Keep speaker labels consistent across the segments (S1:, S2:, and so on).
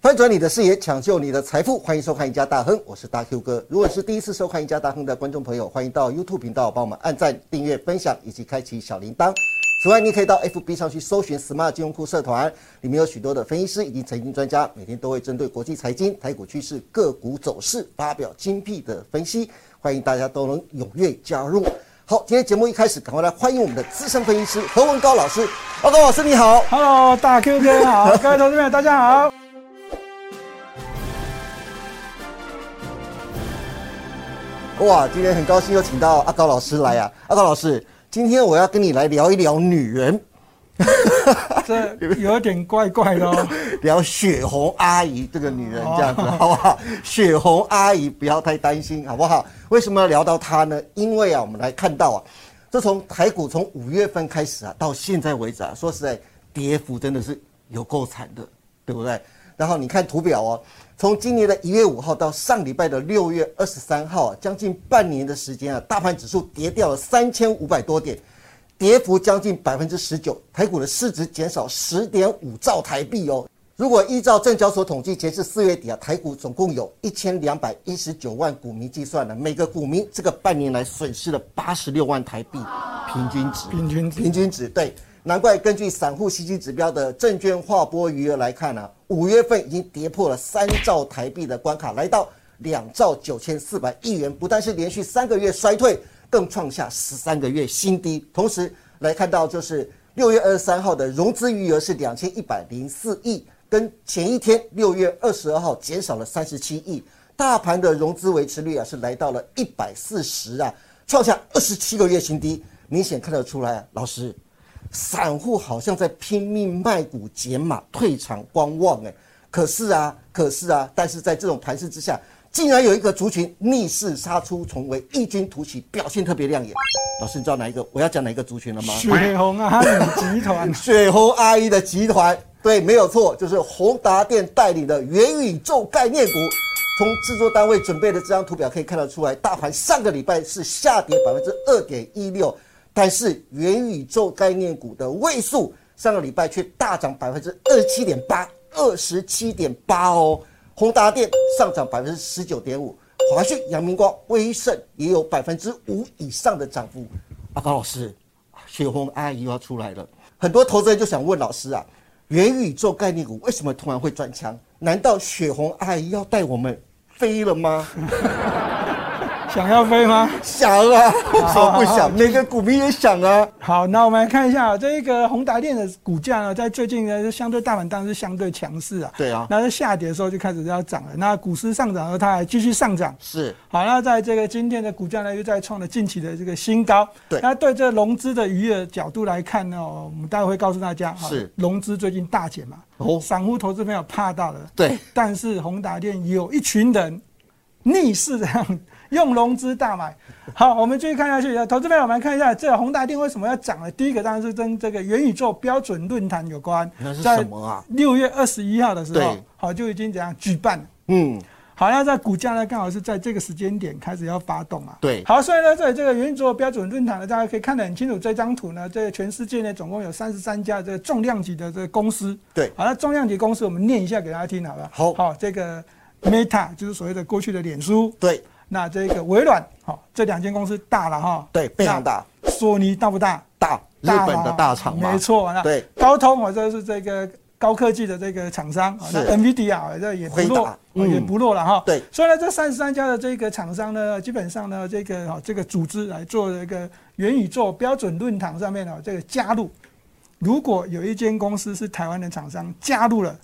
S1: 翻转你的视野，抢救你的财富，欢迎收看《一家大亨》，我是大 Q 哥。如果是第一次收看《一家大亨》的观众朋友，欢迎到 YouTube 频道帮我们按赞、订阅、分享以及开启小铃铛。此外，你可以到 FB 上去搜寻 “Smart 金融库社团”，里面有许多的分析师以及财经专家，每天都会针对国际财经、台股趋势、个股走势发表精辟的分析，欢迎大家都能踊跃加入。好，今天节目一开始，赶快来欢迎我们的资深分析师何文高老师。何高老师，你好。
S2: Hello，大 Q 哥 好，各位投资朋友大家好。
S1: 哇，今天很高兴又请到阿高老师来啊！阿高老师，今天我要跟你来聊一聊女人，
S2: 这有点怪怪的哦。
S1: 聊血红阿姨这个女人，这样子、好不好？血红阿姨不要太担心，好不好？为什么要聊到她呢？因为啊，我们来看到啊，这从台股从五月份开始啊，到现在为止啊，说实在，跌幅真的是有够惨的，对不对？然后你看图表哦，从今年的一月五号到上礼拜的六月二十三号啊，将近半年的时间啊，大盘指数跌掉了三千五百多点，跌幅将近百分之十九，台股的市值减少十点五兆台币哦。如果依照证交所统计，截至四月底啊，台股总共有一千两百一十九万股民计算了，每个股民这个半年来损失了八十六万台币，平均值，
S2: 平均值
S1: 平均值，对。难怪根据散户吸金指标的证券划拨余额来看呢、啊，五月份已经跌破了三兆台币的关卡，来到两兆九千四百亿元，不但是连续三个月衰退，更创下十三个月新低。同时来看到就是六月二十三号的融资余额是两千一百零四亿，跟前一天六月二十二号减少了三十七亿。大盘的融资维持率啊是来到了一百四十啊，创下二十七个月新低。明显看得出来啊，老师，散户好像在拼命卖股减码退场观望哎、可是啊，可是啊，但是在这种盘势之下，竟然有一个族群逆势杀出重围，异军突起，表现特别亮眼。老师，你知道哪一个？我要讲哪一个族群了吗？
S2: 血红阿里 集团
S1: 血红阿姨的集团，对，没有错，就是宏达电带领的元宇宙概念股。从制作单位准备的这张图表可以看得出来，大盘上个礼拜是下跌百分之二点一六，但是元宇宙概念股的位数上个礼拜却大涨百分之二十七点八，二十七点八哦。宏达电上涨百分之十九点五，华讯、阳明光、威盛也有百分之五以上的涨幅。阿高老师，雪红啊阿姨又要出来了。很多投资人就想问老师啊，元宇宙概念股为什么突然会转强？难道雪红阿姨要带我们飞了吗？
S2: 想要飞吗？
S1: 想啊，为什么不想？每个股民也想啊。
S2: 好，那我们来看一下啊这个宏达电的股价呢，在最近呢，就相对大盘当然是相对强势啊。
S1: 对啊
S2: 那在下跌的时候就开始要涨了，那股市上涨后它还继续上涨。
S1: 是
S2: 好，那在这个今天的股价呢，又在创了近期的这个新高。
S1: 对
S2: 那对这融资的余额角度来看呢，哦我们待会会告诉大家，哈
S1: 是
S2: 融资最近大减嘛，
S1: 哦
S2: 散户投资朋友怕到了。
S1: 对，
S2: 但是宏达电有一群人逆势这样用融资大买。好，我们继续看下去。投资朋友们看一下，这个宏达电为什么要涨呢？第一个当然是跟这个元宇宙标准论坛有关。
S1: 那是
S2: 在
S1: 什么啊？
S2: 六月二十一号的时候
S1: 对，
S2: 好就已经怎样举办了。
S1: 嗯，
S2: 好，那在股价呢，刚好是在这个时间点开始要发动嘛。
S1: 对
S2: 好，所以呢，在这个元宇宙标准论坛呢，大家可以看得很清楚，这张图呢，这全世界呢，总共有三十三家这个重量级的这个公司。
S1: 对
S2: 好，那重量级公司我们念一下给大家听，好不好？
S1: 好
S2: 好，这个 Meta 就是所谓的过去的脸书。
S1: 对
S2: 那这个微软，好、这两间公司大了哈。
S1: 对，非常大
S2: 那。索尼大不大？
S1: 大日
S2: 大
S1: 本
S2: 嘛
S1: 的大厂嘛，
S2: 没错。那
S1: 对，
S2: 高通我这是这个高科技的这个厂商，啊
S1: 是
S2: 那 NVIDIA 啊这也不
S1: 辉达
S2: 弱，啊
S1: 嗯
S2: 也不弱了哈。
S1: 对
S2: 所以呢，这三十三家的这个厂商呢，基本上呢，这个哈这个组织来做这个元宇宙标准论坛上面呢哦这个加入。如果有一间公司是台湾的厂商加入了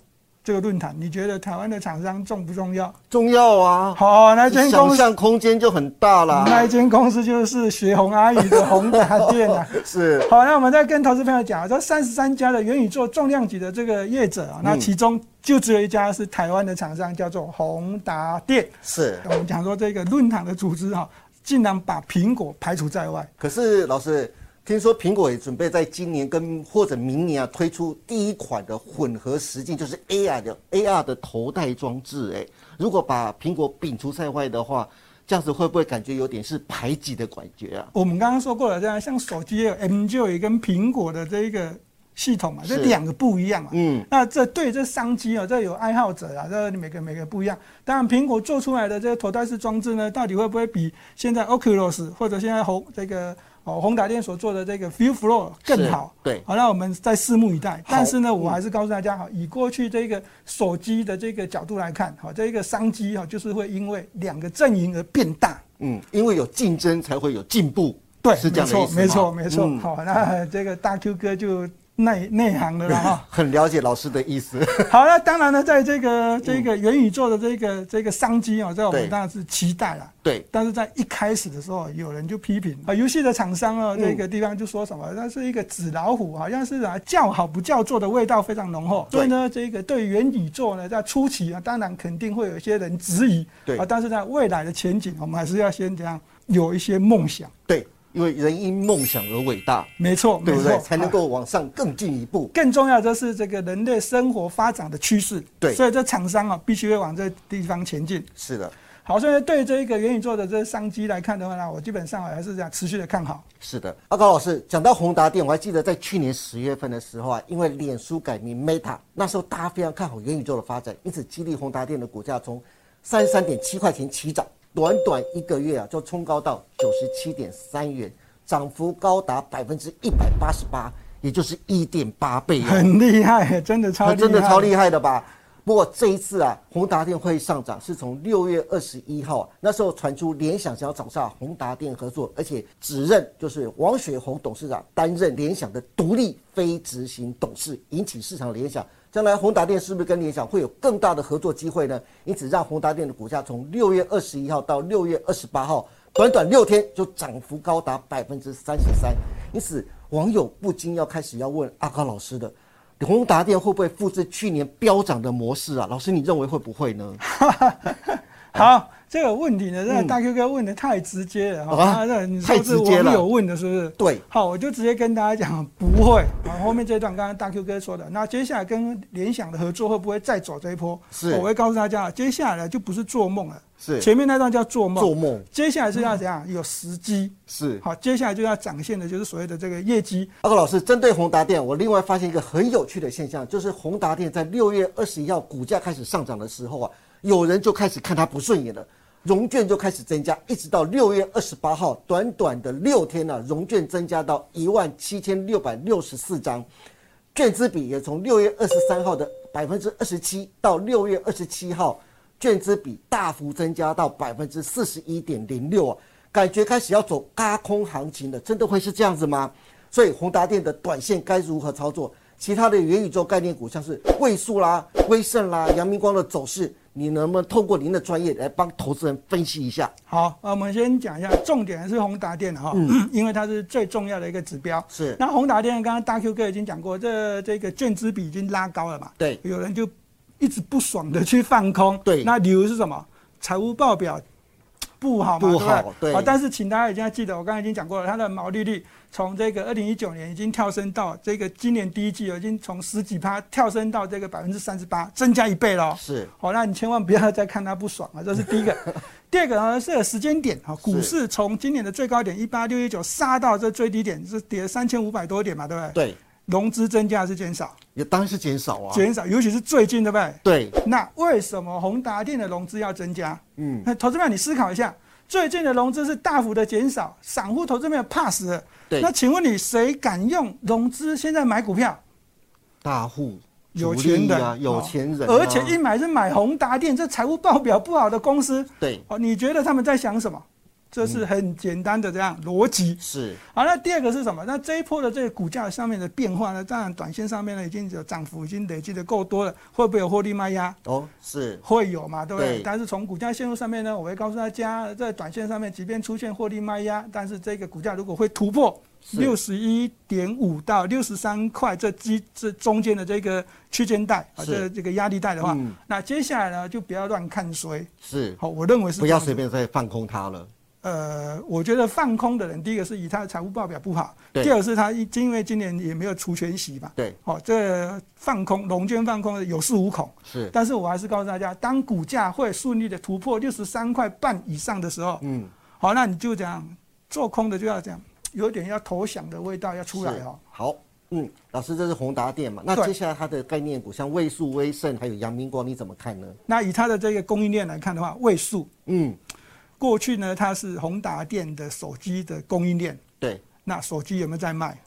S2: 这个论坛，你觉得台湾的厂商重不重要？
S1: 重要啊，
S2: 好，那间公
S1: 想
S2: 司
S1: 象啊空间就很大啦。
S2: 那一间公司就是雪红阿姨的宏达店啊。
S1: 是，
S2: 好，那我们再跟投资朋友讲啊，这三十三家的元宇宙重量级的这个业者啊，那其中就只有一家是台湾的厂商，叫做宏达电。
S1: 是。
S2: 我们讲说这个论坛的组织哈、竟然把苹果排除在外。
S1: 可是老师，听说苹果也准备在今年跟或者明年啊推出第一款的混合实境，就是 AR 的 AR 的头戴装置。哎，如果把苹果摒除在外的话，这样子会不会感觉有点是排挤的感觉啊？
S2: 我们刚刚说过了，这样像手机也有 M E 九也跟苹果的这个系统嘛，这
S1: 是
S2: 两个不一样嘛。
S1: 嗯，
S2: 那这对这商机啊、这有爱好者啊，这每个每个不一样。当然，苹果做出来的这个头戴式装置呢，到底会不会比现在 Oculus 或者现在红这个哦宏达电所做的这个 View Flow 更好？
S1: 是对嗯
S2: 好，那我们再拭目以待。但是呢，我还是告诉大家，哈，以过去这个手机的这个角度来看，哈，这个商机哈，就是会因为两个阵营而变大。
S1: 嗯，因为有竞争才会有进步，
S2: 对，
S1: 是这样的意思吗
S2: 没错，没错，没
S1: 嗯
S2: 错。好，那 这个大 Q 哥就内内行的了哈。
S1: 很了解老师的意思。
S2: 好那当然呢，在这个这个元宇宙的这个这个商机哦，在我
S1: 嗯对
S2: 们当然是期待啦。
S1: 对，
S2: 但是在一开始的时候，有人就批评啊，游戏的厂商
S1: 嗯
S2: 哦，这个地方就说什么，那是一个纸老虎，好像是啊叫好不叫座的味道非常浓厚。
S1: 对
S2: 所以呢，这个对元宇宙呢，在初期啊，当然肯定会有一些人质疑，
S1: 对
S2: 啊，但是在未来的前景，我们还是要先这样有一些梦想。
S1: 对，因为人因梦想而伟大，
S2: 没错，
S1: 对
S2: 没
S1: 不
S2: 错
S1: 对？，才能
S2: 啊
S1: 够往上更进一步。
S2: 更重要的是这个人类生活发展的趋势，
S1: 对
S2: 所以这厂商啊必须会往这地方前进。
S1: 是的，
S2: 好，所以对这一个元宇宙的这商机来看的话呢，我基本上还是这样持续的看好。
S1: 是的。阿高老师讲到宏达电，我还记得在去年十月份的时候啊，因为脸书改名 Meta，那时候大家非常看好元宇宙的发展，因此激励宏达电的股价从三十三点七块钱起涨，短短一个月啊就冲高到九十七点三元，涨幅高达百分之一百八十八，也就是一点八倍、啊。
S2: 很厉害，真的超
S1: 它
S2: 厉害，
S1: 啊真的超厉害的吧？不过这一次啊，宏达电会上涨是从六月二十一号、啊、那时候传出联想想要找下宏达电合作，而且指认就是王雪红董事长担任联想的独立非执行董事，引起市场联想。将来宏达电是不是跟联想会有更大的合作机会呢？因此让宏达电的股价从六月二十一号到六月二十八号，短短六天就涨幅高达百分之三十三。因此网友不禁要开始要问阿高老师的。宏达电会不会复制去年飙涨的模式啊？老师，你认为会不会呢？
S2: 好，这个问题呢，这个大 Q 哥问的太直接了哈、
S1: 嗯啊
S2: 啊，这你说
S1: 太
S2: 是
S1: 直接了
S2: 网友问的，是不是？
S1: 对
S2: 好，我就直接跟大家讲，不会。啊，后面这一段刚刚大 Q 哥说的，那接下来跟联想的合作会不会再走这一波？
S1: 是
S2: 我会告诉大家，接下来就不是做梦了。
S1: 是
S2: 前面那段叫做梦，
S1: 做梦嗯
S2: 接下来是要怎样？有时机。
S1: 是。
S2: 好，接下来就要展现的就是所谓的这个业绩。
S1: 阿高老师，针对宏达电，我另外发现一个很有趣的现象，就是宏达电在六月二十一号股价开始上涨的时候啊，有人就开始看它不顺眼了，融券就开始增加，一直到六月二十八号，短短的六天呢、啊，融券增加到一万七千六百六十四张。券资比也从六月二十三号的百分之二十七到六月二十七号，券资比大幅增加到百分之四十一点零六啊，感觉开始要走嘎空行情了，真的会是这样子吗？所以宏达电的短线该如何操作？其他的元宇宙概念股像是位数啦、威盛啦、阳明光的走势，你能不能透过您的专业来帮投资人分析一下？
S2: 好，呃我们先讲一下，重点是宏达电的哈，
S1: 嗯
S2: 因为它是最重要的一个指标。
S1: 是
S2: 那宏达电刚刚大 Q 哥已经讲过，这这个券资比已经拉高了嘛？
S1: 对
S2: 有人就一直不爽的去放空。
S1: 对
S2: 那理由是什么？财务报表不好嘛？
S1: 不
S2: 对
S1: 好
S2: 不
S1: 对
S2: 好，但是请大家一定要记得，我刚才已经讲过了，它的毛利率从这个二零一九年已经跳升到这个今年第一季已经从十几趴跳升到这个百分之三十八，增加一倍了哦。
S1: 是
S2: 好、那你千万不要再看它不爽啊，这是第一个。 第二个呢是有时间点啊，股市从今年的最高点一八六一九杀到这最低点是跌三千五百多点嘛，对不对？
S1: 对，
S2: 融资增加还是减少？
S1: 也当然是减少啊。
S2: 减少，尤其是最近，对不对？
S1: 对，
S2: 那为什么宏达电的融资要增加？
S1: 嗯，
S2: 那投资们你思考一下，最近的融资是大幅的减少，散户投资们怕死了。
S1: 对
S2: 那请问你谁敢用融资现在买股票？
S1: 大户、
S2: 有
S1: 主
S2: 钱
S1: 力
S2: 人
S1: 啊，有钱人啊、
S2: 哦而且一买是买宏达电，这财务报表不好的公司，
S1: 对
S2: 哦，你觉得他们在想什么？这
S1: 嗯
S2: 是很简单的这样逻辑。
S1: 是
S2: 好，那第二个是什么？那这一波的这个股价上面的变化呢？当然，短线上面呢已经有涨幅，已经累积的够多了，会不会有获利卖压？
S1: 哦，是
S2: 会有嘛，对不对？
S1: 对
S2: 但是从股价线路上面呢，我会告诉大家，在短线上面，即便出现获利卖压，但是这个股价如果会突破
S1: 是
S2: 六十一点五到六十三块这基这中间的这个区间带啊，
S1: 是
S2: 这这个压力带的话，
S1: 嗯
S2: 那接下来呢就不要乱看衰。
S1: 是，
S2: 好，我认为是
S1: 不要
S2: 这样子
S1: 随便再放空它了。
S2: 呃，我觉得放空的人，第一个是以他的财务报表不好，
S1: 对
S2: 第二个是他一因为今年也没有除权息嘛，
S1: 对，
S2: 好、这放空龙卷放空的有恃无恐。
S1: 是，
S2: 但是我还是告诉大家，当股价会顺利的突破六十三块半以上的时候，
S1: 嗯，
S2: 好，那你就讲做空的就要讲，有点要投降的味道要出来哦。
S1: 是。好，嗯，老师，这是宏达电嘛？那
S2: 对
S1: 接下来它的概念股，像位数、威盛还有阳明光，你怎么看呢？
S2: 那以它的这个供应链来看的话，位数
S1: 嗯，
S2: 过去呢，它是宏达电的手机的供应链，
S1: 对，
S2: 那手机有没有在卖？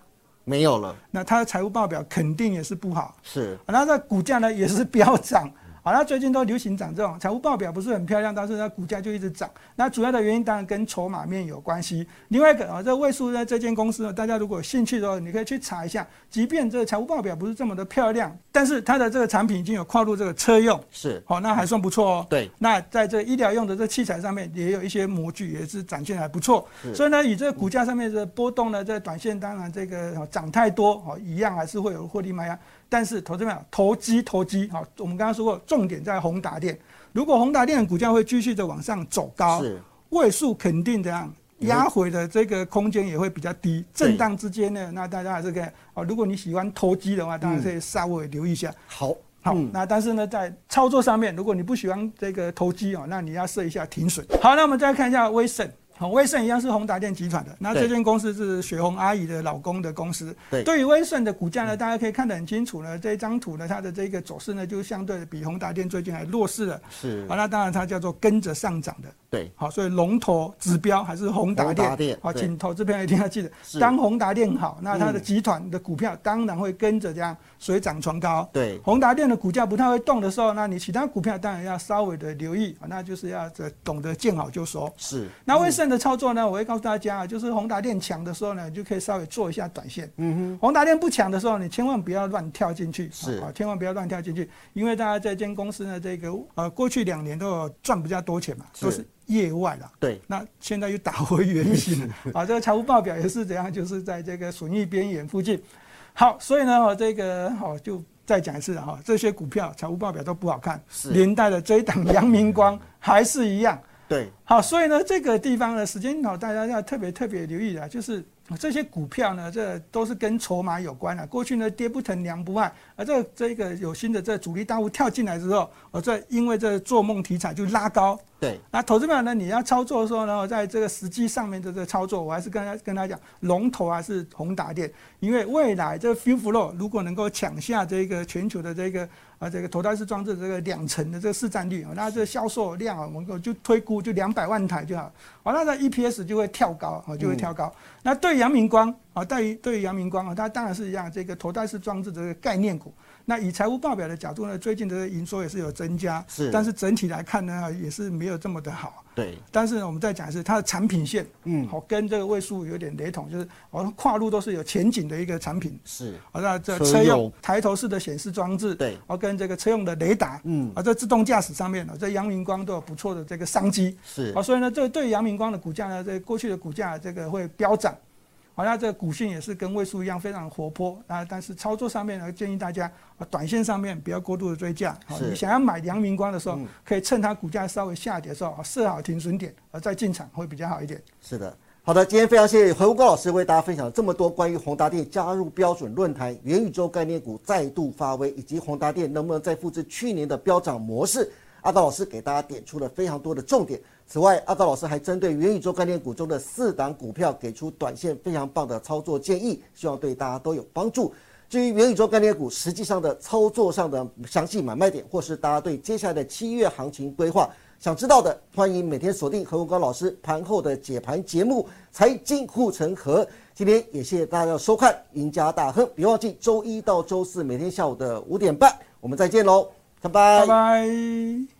S1: 没有了，
S2: 那它的财务报表肯定也是不好，
S1: 是
S2: 啊那它股价呢也是飙涨。好，那最近都流行涨这种财务报表不是很漂亮，但是它股价就一直涨。那主要的原因当然跟筹码面有关系。另外一个啊，这位数呢这间公司呢，大家如果有兴趣的话，你可以去查一下。即便这个财务报表不是这么的漂亮，但是它的这个产品已经有跨入这个车用，
S1: 是，
S2: 好、那还算不错哦。
S1: 对，
S2: 那在这医疗用的这器材上面也有一些模具，也是展现得还不错。所以呢，以这个股价上面的波动呢，在短线当然这个哦涨太多哦，一样还是会有获利卖压。但是投资们投机投机好，我们刚刚说过，重点在宏达电。如果宏达电的股价会继续的往上走高，
S1: 是嗯
S2: 位数肯定怎样？压回的这个空间也会比较低，震荡之间呢，那大家还是可以哦。如果你喜欢投机的话，当然
S1: 嗯
S2: 可以稍微留意一下。
S1: 好，
S2: 好，
S1: 嗯
S2: 那但是呢，在操作上面，如果你不喜欢这个投机哦，那你要设一下停损。好，那我们再看一下威盛。好，威盛一样是宏达电集团的，那
S1: 对
S2: 这间公司是雪红阿姨的老公的公司。
S1: 对嗯
S2: 于威盛的股价呢，大家可以看得很清楚呢，这一张图呢，它的这个走势呢，就相对的比宏达电最近还弱势了。
S1: 是
S2: 好，，那当然它叫做跟着上涨的。
S1: 对，
S2: 好，所以龙头指标还是宏达
S1: 宏达电
S2: 电。好，
S1: 对
S2: 请投资朋友一定要记得，
S1: 是
S2: 当宏达电好，那它的
S1: 嗯
S2: 集团的股票当然会跟着这样水涨船高。
S1: 对，
S2: 宏达电的股价不太会动的时候，那你其他股票当然要稍微的留意，啊那就是要这懂得见好就收。
S1: 是，
S2: 那威盛的操作呢，我会告诉大家啊，就是宏达电强的时候呢，你就可以稍微做一下短线。嗯哼。宏达电不强的时候，你千万不要乱跳进去，
S1: 是
S2: 啊，千万不要乱跳进去，因为大家这间公司呢，这个呃过去两年都有赚比较多钱嘛，
S1: 是
S2: 都是业外啦。
S1: 对，
S2: 那现在又打回 原形了啊！这个财务报表也是怎样，就是在这个损益边缘附近。好，所以呢，哦这个好就再讲一次了哈，这些股票财务报表都不好看，
S1: 是
S2: 连带的这一档阳明光还是一样。
S1: 对，
S2: 好，所以呢，这个地方呢，时间好，大家要特别特别留意啊，就是这些股票呢，这都是跟筹码有关的、啊过去呢，爹不疼娘不爱，而这这个有新的这主力大户跳进来之后，哦，这因为这做梦题材就拉高，
S1: 对，
S2: 那投资票呢，你要操作的时候呢，在这个时机上面的这个操作，我还是跟他跟他讲，龙头还是宏达电，因为未来这个 f u f l o 如果能够抢下这个全球的这个啊这个头戴式装置这个两成的这个市占率，哦那这销售量啊，我们就推估就两百万台就好，好，那它 EPS 就会跳高，啊，就会跳高。那对阳明光啊，对于对于阳明光啊，它当然是一样这个头戴式装置的这个概念股。那以财务报表的角度呢，最近的营收也是有增加，
S1: 是
S2: 但是整体来看呢，也是没有这么的好。
S1: 对，
S2: 但是呢，我们再讲一次，它的产品线，
S1: 嗯
S2: 嗯，好，跟这个位数有点雷同，就是好像跨入都是有前景的一个产品。
S1: 是，
S2: 啊，那这
S1: 车
S2: 车用
S1: 用
S2: 抬头式的显示装置，
S1: 对
S2: 啊，跟这个车用的雷达，
S1: 嗯
S2: 啊，在自动驾驶上面呢，这阳明光都有不错的这个商机。
S1: 是
S2: 啊，，所以呢，这对阳明光的股价呢，这过去的股价这个会飙涨，好、那这个股性也是跟位数一样非常活泼啊，但是操作上面呢，建议大家啊，短线上面不要过度的追价，好、
S1: 是嗯
S2: 你想要买阳明光的时候，可以趁它股价稍微下跌的时候，啊设好停损点，啊再进场会比较好一点。
S1: 是的。好的，今天非常谢谢何文高老师为大家分享了这么多关于宏达电加入标准论坛、元宇宙概念股再度发威，以及宏达电能不能再复制去年的飙涨模式。阿高老师给大家点出了非常多的重点。此外，阿高老师还针对元宇宙概念股中的四档股票给出短线非常棒的操作建议，希望对大家都有帮助。至于元宇宙概念股实际上的操作上的详细买卖点，或是大家对接下来的七月行情规划想知道的，欢迎每天锁定何文高老师盘后的解盘节目《财经护城河》。今天也谢谢大家的收看《赢家大亨》，别忘记周一到周四每天下午的五点半，我们再见喽，拜
S2: 拜拜